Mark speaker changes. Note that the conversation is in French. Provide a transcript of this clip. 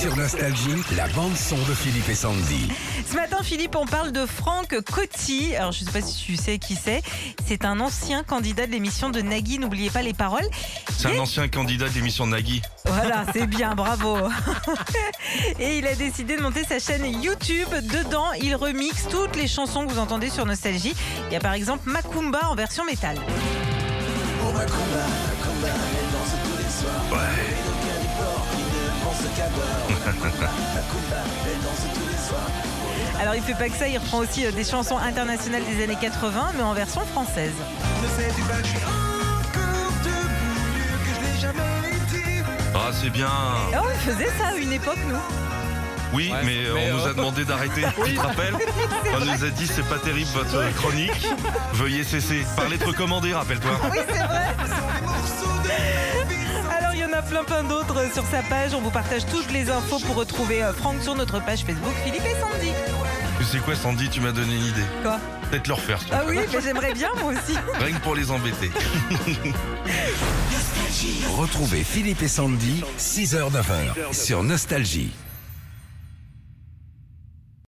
Speaker 1: Sur Nostalgie, la bande son de Philippe et Sandy.
Speaker 2: Ce matin, Philippe, on parle de Franck Coty. Alors, je ne sais pas si tu sais qui c'est. C'est un ancien candidat de l'émission de Nagui, n'oubliez pas les paroles.
Speaker 3: C'est un ancien candidat de l'émission de Nagui.
Speaker 2: Voilà, c'est bien, bravo. Et il a décidé de monter sa chaîne YouTube. Dedans, il remixe toutes les chansons que vous entendez sur Nostalgie. Il y a par exemple Macumba en version métal. Alors, il fait pas que ça, il reprend aussi euh, des chansons internationales des années 80, mais en version française.
Speaker 3: Ah, c'est bien.
Speaker 2: Oh, il faisait ça à une époque, nous.
Speaker 3: Oui,
Speaker 4: Ouais,
Speaker 3: mais, euh,
Speaker 4: mais,
Speaker 3: on nous
Speaker 4: euh,
Speaker 3: a demandé d'arrêter. Tu te rappelles On nous a dit c'est pas terrible votre chronique. Veuillez cesser. Parlez de recommander, rappelle-toi.
Speaker 2: Oui, c'est vrai. Alors, il y en a plein, plein d'autres euh, sur sa page. On vous partage toutes les infos pour retrouver euh, Franck sur notre page Facebook Philippe et Sandy.
Speaker 3: Tu sais quoi, Sandy Tu m'as donné une idée.
Speaker 2: Quoi
Speaker 3: Peut-être le refaire. s'il te
Speaker 2: Ah
Speaker 3: plaît.
Speaker 2: oui, mais j'aimerais bien, moi aussi.
Speaker 3: Rien que pour les embêter.
Speaker 1: Retrouvez Philippe et Sandy, 6h-9h, sur Nostalgie.